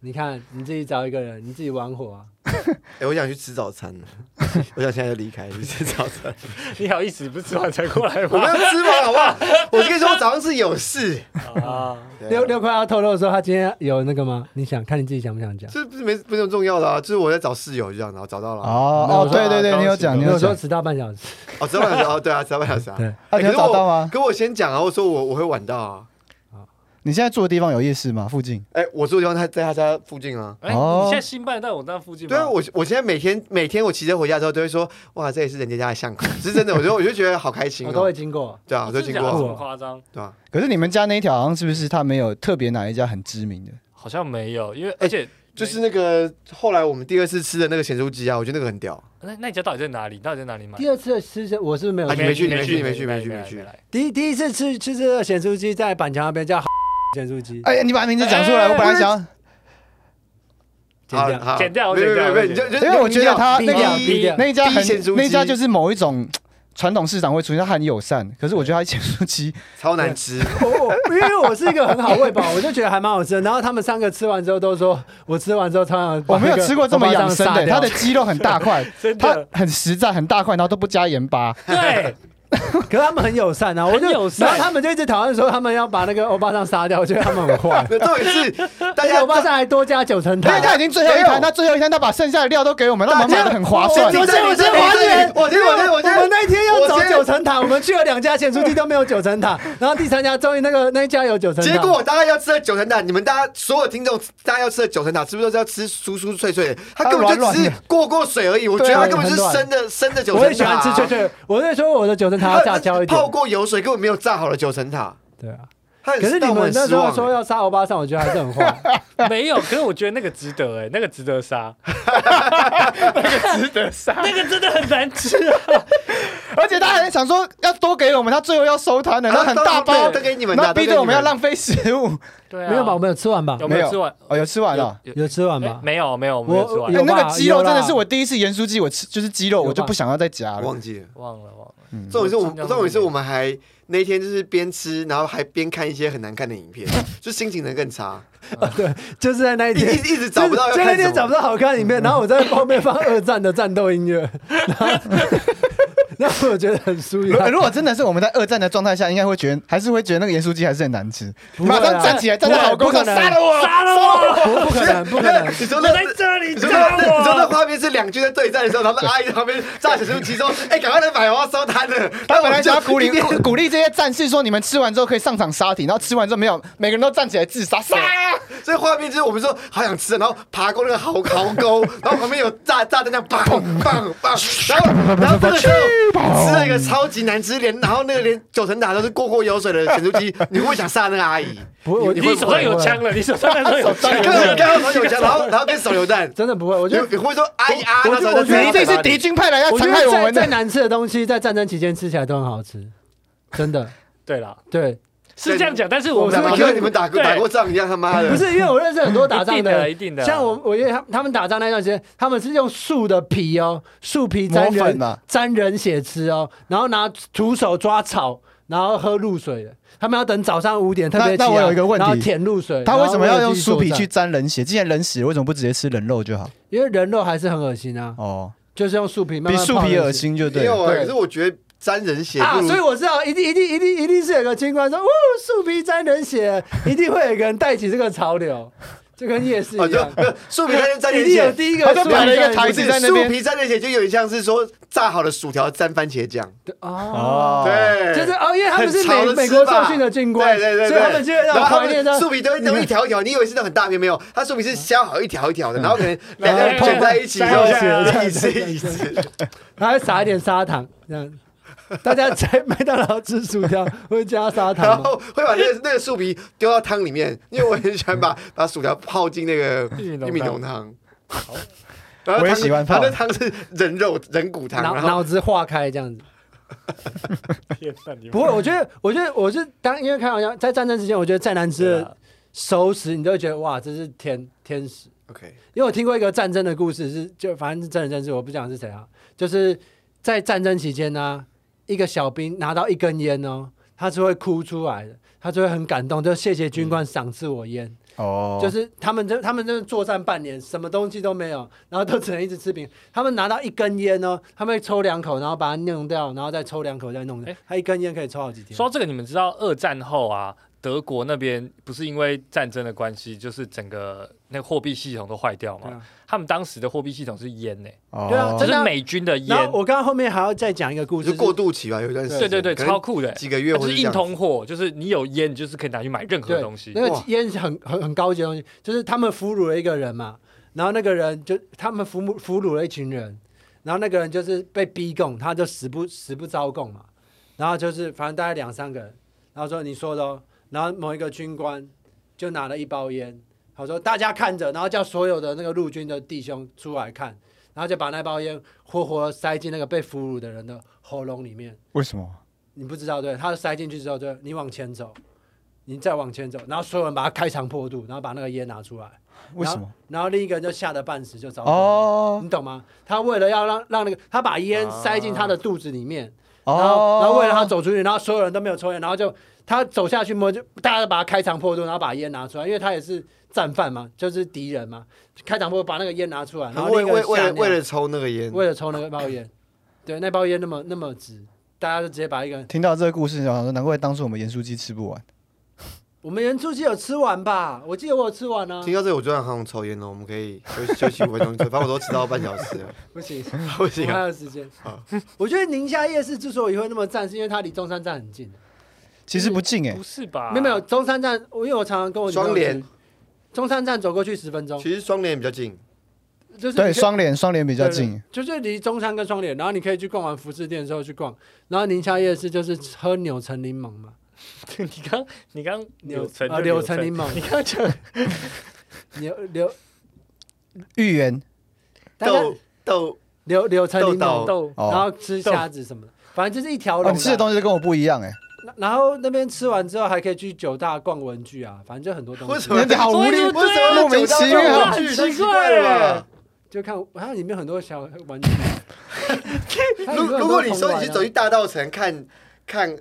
Speaker 1: 你看你自己找一个人，你自己玩火啊！
Speaker 3: 哎，我想去吃
Speaker 2: [laughs]
Speaker 3: 早餐了，我想现在就离开去吃早餐。
Speaker 4: 你好意思不吃完才
Speaker 1: [laughs]
Speaker 4: 过来
Speaker 3: 我没
Speaker 4: 吗？
Speaker 3: 有吃完，好不好？我跟你说，我早上是有事。
Speaker 4: 啊，
Speaker 3: 对啊
Speaker 1: 六六块要透露说他今天有那个吗？你想看你自己想不想讲？
Speaker 3: 这不是没不是很重要的啊，就是我在找室友就这样，然后找到了啊。
Speaker 2: 哦哦，
Speaker 4: 没
Speaker 2: 对
Speaker 4: 有
Speaker 2: 对对，
Speaker 4: 高
Speaker 2: 你有
Speaker 4: 兴
Speaker 2: 讲，你
Speaker 1: 有
Speaker 2: 有
Speaker 1: 时候
Speaker 2: 讲。
Speaker 1: 迟到半小时，
Speaker 3: 哦，知道了 [laughs] 哦，对啊，知道了啥？
Speaker 1: 对
Speaker 2: 啊，
Speaker 3: 哎
Speaker 2: 你有
Speaker 3: 可是我
Speaker 2: 找到吗？
Speaker 3: 可我先讲啊，我说我我会晚到啊。
Speaker 2: 你现在住的地方有夜市吗？附近？
Speaker 3: 哎、我住的地方他在他家附近啊。
Speaker 4: 哎，
Speaker 2: 哦
Speaker 4: 你现在新办在我那附近吗？
Speaker 3: 对啊，我我现在每天每天我骑车回家之后都会说，哇，这也是人家家的巷口，是真的， [laughs] 我就我就觉得好开心
Speaker 1: 我都
Speaker 3: 哦
Speaker 1: 会。经过。
Speaker 3: 对啊，我就经
Speaker 4: 真的假的这
Speaker 3: 过，
Speaker 4: 么夸张？
Speaker 3: 对啊。
Speaker 2: 可是你们家那一条好像是不是它没有特别哪一家很知名的？
Speaker 4: 好像没有，因为而且
Speaker 3: 哎就是那个后来我们第二次吃的那个咸酥鸡啊，我觉得那个很屌。
Speaker 4: 那那你家到底在哪里？到底在哪里买？
Speaker 1: 第二次的吃我是不是没有
Speaker 3: 啊你没去你没
Speaker 4: 没
Speaker 3: 去你没去
Speaker 4: 没
Speaker 3: 你没去
Speaker 4: 没来
Speaker 1: 第第一次吃吃这个咸酥鸡，在板桥那边叫咸酥鸡，
Speaker 2: 哎呀，你把名字讲出来，我本来想，
Speaker 1: 剪掉
Speaker 3: 好，
Speaker 4: 剪掉
Speaker 3: 没有
Speaker 4: 剪
Speaker 3: 没
Speaker 4: 掉
Speaker 3: 有没有，你就就
Speaker 2: 因为我觉得他
Speaker 1: 低
Speaker 2: 那
Speaker 1: 调
Speaker 2: 个
Speaker 1: 低调
Speaker 2: 那一家
Speaker 3: 第一咸酥鸡
Speaker 2: 很那一家就是某一种传统市场会出现，它很友善，可是我觉得它咸酥鸡
Speaker 3: 超难吃，。
Speaker 1: 我我哦因为我是一个很好喂饱，我就觉得还蛮好吃的。然后他们三个吃完之后都说，我吃完之后超想把
Speaker 2: 我没有
Speaker 1: 那个
Speaker 2: 吃过这么养生
Speaker 1: 红包
Speaker 2: 的，
Speaker 1: 酱杀掉
Speaker 2: 它的鸡肉很大块，
Speaker 4: 真
Speaker 2: 它
Speaker 4: 的
Speaker 2: 很实在，很大块，然后都不加盐巴。
Speaker 4: 对，
Speaker 1: [laughs] 可是他们很友善啊，我就
Speaker 4: 很友善
Speaker 1: 然后他们就一直讨论说他们要把那个欧巴桑杀掉，我觉得他们很坏
Speaker 3: [laughs] 重点是
Speaker 1: [laughs]
Speaker 3: 大
Speaker 1: 而且
Speaker 3: 家
Speaker 1: 欧巴桑还多加九层
Speaker 2: 因为
Speaker 1: 塔，
Speaker 2: 它已经最后一
Speaker 3: 没
Speaker 2: 摊，
Speaker 3: 有
Speaker 2: 它最后一摊，它把剩下的料都给我们，那我们买的很划算
Speaker 3: 我。
Speaker 1: 不是我是华人
Speaker 3: 我今天我今天
Speaker 1: 我们那天要走九层塔，我们去了两家咸酥鸡都没有九层塔，然后第三家终于那个那一家有九层塔，
Speaker 3: 结果大家要吃的九层塔，你们大家所有听众，大家要吃的九层塔，是不是都是要吃酥酥脆脆的？它根本就只是过过水而已。我觉得它根本是生的生的九
Speaker 1: 啊
Speaker 3: 层塔。
Speaker 1: 我也喜欢吃脆脆，我是说我的九层塔要炸焦一点
Speaker 3: 泡。过油水，根本没有炸好的九层塔。
Speaker 1: 对啊，
Speaker 3: 它很
Speaker 1: [laughs] 可是你
Speaker 3: 让我
Speaker 1: 们
Speaker 3: 很
Speaker 1: 那
Speaker 3: 失
Speaker 1: 时候
Speaker 3: 望
Speaker 1: 说
Speaker 3: 欸
Speaker 1: 要杀欧巴桑，我觉得还是很坏。
Speaker 4: 没有，可是我觉得那个值得哎、那个值得杀，那个值得杀，那个真的很难吃啊。
Speaker 2: 而且他还想说要多给我们，他最后要收摊的，
Speaker 3: 啊
Speaker 2: 他很大
Speaker 3: 当
Speaker 2: 包
Speaker 3: 然，都给你们的
Speaker 2: 然后逼
Speaker 3: 都给
Speaker 2: 着
Speaker 3: 你们
Speaker 2: 我们要浪费食物。 [laughs]
Speaker 4: 对啊，
Speaker 1: 没有吧？我们有吃完吧？
Speaker 4: 有没
Speaker 2: 没
Speaker 4: 有
Speaker 2: 有
Speaker 4: 吃完？
Speaker 2: 哦，有吃完
Speaker 4: 有
Speaker 2: 了。
Speaker 4: 有
Speaker 1: 有吃完
Speaker 4: 哎
Speaker 1: 吧？
Speaker 4: 没有没有，我没有吃
Speaker 1: 有
Speaker 4: 完，
Speaker 2: 哎那
Speaker 1: 吧
Speaker 2: 个鸡肉
Speaker 1: 有啦
Speaker 2: 真的是我第一次盐酥鸡，我吃就是鸡肉，
Speaker 1: 有吧
Speaker 2: 我就不想要再夹
Speaker 3: 我
Speaker 2: 了。
Speaker 3: 忘记了。
Speaker 4: 忘了忘了。
Speaker 3: 重点是我
Speaker 1: 嗯
Speaker 4: 尽，量
Speaker 3: 重点是我们还那天就是边吃，然后还边看一些很难看的影片，就心情能
Speaker 1: [laughs]
Speaker 3: 更差，
Speaker 1: 就是在那一
Speaker 3: 一
Speaker 1: 天。
Speaker 3: 一一直找不到要
Speaker 1: 就那
Speaker 3: 看
Speaker 1: 天
Speaker 3: 什
Speaker 1: 找不
Speaker 3: 么。
Speaker 1: 到好看的影片，然后我在后面放二战的战斗音乐，然后然后我觉得很舒
Speaker 2: 如
Speaker 1: 压。
Speaker 2: 如果真的是我们在二战的状态下，应该会觉得还是会觉得那个盐酥鸡还是很难吃。
Speaker 1: 不会
Speaker 2: 马
Speaker 1: 啦
Speaker 2: 上站起来，站在好高
Speaker 1: 不可
Speaker 2: 上，
Speaker 1: 能
Speaker 2: 杀了我！
Speaker 4: 杀了我！
Speaker 1: 不不可能，不可能！
Speaker 3: [laughs] 你说那，
Speaker 4: 在这里
Speaker 3: 你说那，
Speaker 4: 打
Speaker 3: 你说那
Speaker 4: 我！
Speaker 3: 画面是两军在对战的时候，然后那阿姨在旁边炸小猪其中，哎，赶快来买，我要收摊了。
Speaker 2: [laughs] 他本来想要鼓励
Speaker 3: 一边
Speaker 2: 鼓鼓励这些战士说，你们吃完之后可以上场杀敌，然后吃完之后没有，每个人都站起来自杀，杀！
Speaker 3: 所以画面就是我们说好想吃，然后爬过那个壕壕沟，然后旁边有炸炸弹，这样砰砰砰，然后然后这个时候吃了一个超级难吃，连然后那个连九层塔都是过过油水的咸酥鸡，你会不会想杀那个阿姨？
Speaker 1: 不会，我
Speaker 4: 你手上有枪了，你手上那时候有枪
Speaker 3: 你
Speaker 4: 了。
Speaker 3: 根本刚刚手有枪，然后然后跟手榴弹，
Speaker 1: 真的不会。我
Speaker 3: 你
Speaker 1: 觉得
Speaker 3: 你会说阿姨啊，
Speaker 1: 我
Speaker 3: 那时候
Speaker 1: 我
Speaker 3: 就
Speaker 1: 觉得
Speaker 3: 知道
Speaker 2: 你这
Speaker 3: 在
Speaker 2: 是
Speaker 3: 哪里
Speaker 2: 敌军派来要
Speaker 1: 我觉
Speaker 2: 残害
Speaker 1: 得
Speaker 2: 我
Speaker 1: 再
Speaker 2: 们
Speaker 1: 再
Speaker 2: 的。
Speaker 1: 难吃的东西，在战争期间吃起来都很好吃，真的。
Speaker 4: 对了，
Speaker 1: 对，
Speaker 4: 是这样讲，但是我
Speaker 3: 我
Speaker 4: 们
Speaker 3: 们跟你们打过
Speaker 4: 对
Speaker 3: 打过仗一样，他妈的
Speaker 1: 不是因为我认识很多打
Speaker 4: 一
Speaker 1: 仗
Speaker 4: 定的，
Speaker 1: 的
Speaker 4: 一，定的。
Speaker 1: 像我，我因为他他们打仗那段时间，他们是用树的皮哦，树皮沾
Speaker 2: 磨粉啊
Speaker 1: 人
Speaker 2: 嘛
Speaker 1: 沾人血吃哦，然后拿徒手抓草，然后喝露水的。他们要等早上五点特别起
Speaker 2: 那那我有
Speaker 1: 来
Speaker 2: 一个问
Speaker 1: 然后
Speaker 2: 题
Speaker 1: 舔露水。
Speaker 2: 他为什么要
Speaker 1: 然后
Speaker 2: 用
Speaker 1: 继续作
Speaker 2: 酥皮去
Speaker 1: 战？
Speaker 2: 沾人血？既然人死了，为什么不直接吃人肉就好？
Speaker 1: 因为人肉还是很恶心啊，
Speaker 2: 哦，
Speaker 1: 就是用树皮慢
Speaker 2: 比
Speaker 1: 慢
Speaker 2: 树
Speaker 1: 泡
Speaker 2: 皮
Speaker 1: 人
Speaker 2: 恶
Speaker 1: 血
Speaker 2: 心就
Speaker 3: 没
Speaker 2: 对了。
Speaker 3: 有啊，可是我觉得沾人血
Speaker 1: 啊
Speaker 3: 不，如
Speaker 1: 所以我知道，一定一定一定一定是有个军官说，哦，树皮沾人血，一定会有一个人带起这个潮流，就跟夜市一
Speaker 3: 啊
Speaker 2: 哦
Speaker 3: 就
Speaker 1: 样，
Speaker 3: 没有树皮沾沾
Speaker 1: 一
Speaker 3: 人
Speaker 1: 定有
Speaker 3: 血。
Speaker 1: 第一个
Speaker 2: 他就
Speaker 1: 树皮
Speaker 2: 摆
Speaker 1: 沾
Speaker 2: 了
Speaker 1: 人
Speaker 2: 一
Speaker 1: 血，
Speaker 2: 个台
Speaker 3: 不
Speaker 2: 子
Speaker 3: 是
Speaker 2: 在那
Speaker 3: 树
Speaker 2: 边
Speaker 3: 皮沾人血，就有点像是说炸好的薯条沾番茄酱，
Speaker 1: 哦。
Speaker 2: 哦，
Speaker 3: 对，
Speaker 1: 就是哦，因为他们是
Speaker 3: 哎很潮
Speaker 1: 美
Speaker 3: 的
Speaker 1: 美
Speaker 3: 吃
Speaker 1: 国
Speaker 3: 法
Speaker 1: 受训的军官，
Speaker 3: 对对对对
Speaker 1: 所以他们就会
Speaker 3: 然
Speaker 1: 让
Speaker 3: 后他
Speaker 1: 怀念
Speaker 3: 们
Speaker 1: 到
Speaker 3: 树皮都会弄一条一条，你以为是那很大片没有？它树皮是削好一条一条的，然后可能两个人卷在一起，
Speaker 4: 然
Speaker 3: 然
Speaker 4: 后
Speaker 3: 后
Speaker 4: 然
Speaker 3: 一次一次。
Speaker 1: 然后撒一点砂糖这样。大
Speaker 3: [laughs]
Speaker 1: 家在麦当劳吃薯条会加砂
Speaker 3: 然
Speaker 1: 糖吗？
Speaker 3: 后会把那个那个树皮丢到汤里面，因为我很喜欢
Speaker 2: [laughs]
Speaker 3: 把把薯条泡进那个
Speaker 4: 玉米浓汤
Speaker 3: 玉米浓汤。 [laughs] 然后
Speaker 2: 我也
Speaker 3: 汤
Speaker 2: 喜欢
Speaker 3: 它
Speaker 2: 泡
Speaker 3: 的汤是人肉人骨汤，
Speaker 1: 脑
Speaker 3: 然后
Speaker 1: 脑子化开这样子，
Speaker 4: 天哪你们
Speaker 1: 不会，我觉得，我觉得我是当因为开玩笑，在战争之前，我觉得再难吃
Speaker 4: 对
Speaker 3: 啊
Speaker 1: 的
Speaker 4: 啦
Speaker 1: 熟食，你都会觉得哇，这是天天使。
Speaker 3: OK，
Speaker 1: 因为我听过一个战争的故事，是就反正是真人真事，我不讲是谁啊，就是在战争期间呢、啊一个小兵拿到一根烟哦，他是会哭出来的，他就会很感动，就谢谢军官赏赐我烟，
Speaker 2: 哦，
Speaker 1: 就是他们就他们真的作战半年，什么东西都没有，然后都只能一直吃饼。他们拿到一根烟哦，他们会抽两口，然后把它弄掉，然后再抽两口再弄掉
Speaker 4: 哎，
Speaker 1: 他一根烟可以抽好几天。
Speaker 4: 说到这个，你们知道二战后啊，德国那边不是因为战争的关系，就是整个那个货币系统都坏掉
Speaker 1: 对
Speaker 4: 嘛
Speaker 1: 啊？
Speaker 4: 他们当时的货币系统是烟呢，
Speaker 2: 哦
Speaker 1: 对啊
Speaker 3: 哦
Speaker 4: 就
Speaker 1: 真的
Speaker 4: 是美军的烟
Speaker 1: 然，后我刚刚后面还要再讲一个故事，
Speaker 3: 就过渡期吧，有一段时间，
Speaker 4: 对对对，
Speaker 3: 可
Speaker 4: 超
Speaker 3: 能
Speaker 4: 酷的欸。
Speaker 3: 几个月
Speaker 4: 它
Speaker 3: 或
Speaker 4: 就是是
Speaker 3: 这
Speaker 4: 硬
Speaker 3: 样
Speaker 4: 通货，就是你有烟，你就是可以拿去买任何
Speaker 1: 对
Speaker 4: 东西
Speaker 1: 那。个
Speaker 3: 哇
Speaker 1: 烟是很很很高级的东西，就是他们俘虏了一个人嘛，然后那个人就他们俘虏俘虏了一群人，然后那个人就是被逼供，他就死不死不招供嘛，然后就是反正大概两三个人，然后说你说的哦，然后某一个军官就拿了一包烟，他说大家看着，然后叫所有的那个陆军的弟兄出来看，然后就把那包烟活活塞进那个被俘虏的人的喉咙里面。
Speaker 2: 为什么？
Speaker 1: 你不知道对，他塞进去之后，就你往前走，你再往前走，然后所有人把它开肠破肚，然后把那个烟拿出来，
Speaker 2: 为什么？
Speaker 1: 然后另一个人就吓得半死，就找哦，
Speaker 2: 哦
Speaker 1: 你懂吗？他为了要让让那个他把烟塞进他的肚子里面，
Speaker 2: 哦，
Speaker 1: 然后然后为了他走出去，然后所有人都没有抽烟，然后就他走下去摸，就大家都把他开肠破肚，然后把烟拿出来，因为他也是战犯嘛，就是敌人嘛，开肠破肚把那个烟拿出来，然后
Speaker 3: 为
Speaker 1: 另一个
Speaker 3: 为
Speaker 1: 人吓尿
Speaker 3: 为了为了抽那个烟，
Speaker 1: 为了抽那个包烟，对，那包烟那么那么直，大家就直接把一个人。
Speaker 2: 听到这个故事，我想说，难怪当初我们盐酥鸡吃不完。
Speaker 1: 我们盐酥鸡有吃完吧？我记得我有吃完啊。
Speaker 3: 听到这里，我昨晚好想抽烟哦，我们可以休休息五 [laughs] 分钟，反正我都迟到半小时了， [laughs]
Speaker 1: 不行，
Speaker 3: 不
Speaker 1: 我
Speaker 3: 行
Speaker 1: 还
Speaker 3: 啊。
Speaker 1: 有时间
Speaker 3: 好。
Speaker 1: [laughs] 我觉得宁夏夜市之所以会那么赞，是因为它离中山站很近。
Speaker 2: 其实不近哎、
Speaker 4: 不是吧？
Speaker 1: 没有没有，中山站，我因为我常常跟我女朋友
Speaker 3: 双联
Speaker 1: 去，中山站走过去十分钟，
Speaker 3: 其实双联比较近，
Speaker 1: 就是你可
Speaker 2: 对，
Speaker 1: 以
Speaker 2: 双联双联比较
Speaker 1: 对对
Speaker 2: 近，
Speaker 1: 就是离中山跟双联，然后你可以去逛完服饰店之后去逛，然后宁夏夜市就是喝柳橙柠檬嘛，
Speaker 4: [laughs] 你刚你刚
Speaker 1: 柳
Speaker 4: 柳橙
Speaker 1: 啊
Speaker 4: 就
Speaker 1: 柳
Speaker 4: 柳
Speaker 1: 橙柠檬
Speaker 4: 你刚讲
Speaker 1: [laughs] 柳柳
Speaker 2: 芋圆
Speaker 1: 大概
Speaker 3: 豆豆
Speaker 1: 柳柳橙柠
Speaker 3: 豆
Speaker 1: 檬，
Speaker 4: 豆
Speaker 1: 然
Speaker 2: 哦，
Speaker 1: 后吃虾子什么的，反正就是一条
Speaker 2: 哦
Speaker 1: 龙
Speaker 2: 你吃的
Speaker 1: 啦。
Speaker 2: 东西都跟我不一样哎、
Speaker 1: 那然后那边吃完之后还可以去九大逛文具啊，反正就很多东
Speaker 3: 为
Speaker 1: 西
Speaker 3: 什。么？
Speaker 2: 你好无
Speaker 4: 所以
Speaker 2: 聊
Speaker 4: 就，对啊
Speaker 2: 莫名其妙，
Speaker 4: 很
Speaker 3: 太
Speaker 4: 奇
Speaker 3: 奇怪了
Speaker 4: 耶
Speaker 3: 吧。
Speaker 1: 就看好像里面很多小玩具。它里面很
Speaker 3: 如
Speaker 1: 多
Speaker 3: [laughs] 如果你
Speaker 1: 童
Speaker 3: 说
Speaker 1: 玩
Speaker 3: 你去
Speaker 1: 啊
Speaker 3: 走去大道城看看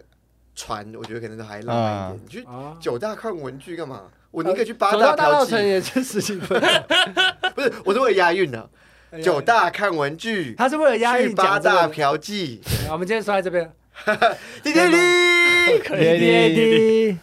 Speaker 3: 船，我觉得可能都还浪漫一点。你去
Speaker 1: 啊，
Speaker 3: 九大看文具干嘛？我宁可去八
Speaker 1: 走到呃大
Speaker 3: 嫖
Speaker 1: 道城
Speaker 3: 妓，
Speaker 1: 也就十几分钟。
Speaker 3: 不是，我是为了押韵的。
Speaker 1: 哎
Speaker 3: 九大看文具，
Speaker 1: 他是为了压抑
Speaker 3: 去八
Speaker 1: 讲这个
Speaker 3: 大
Speaker 1: 的。 [laughs]
Speaker 3: 嫖妓，
Speaker 1: 我们今天说在这边，
Speaker 3: 滴滴滴。
Speaker 1: 滴滴。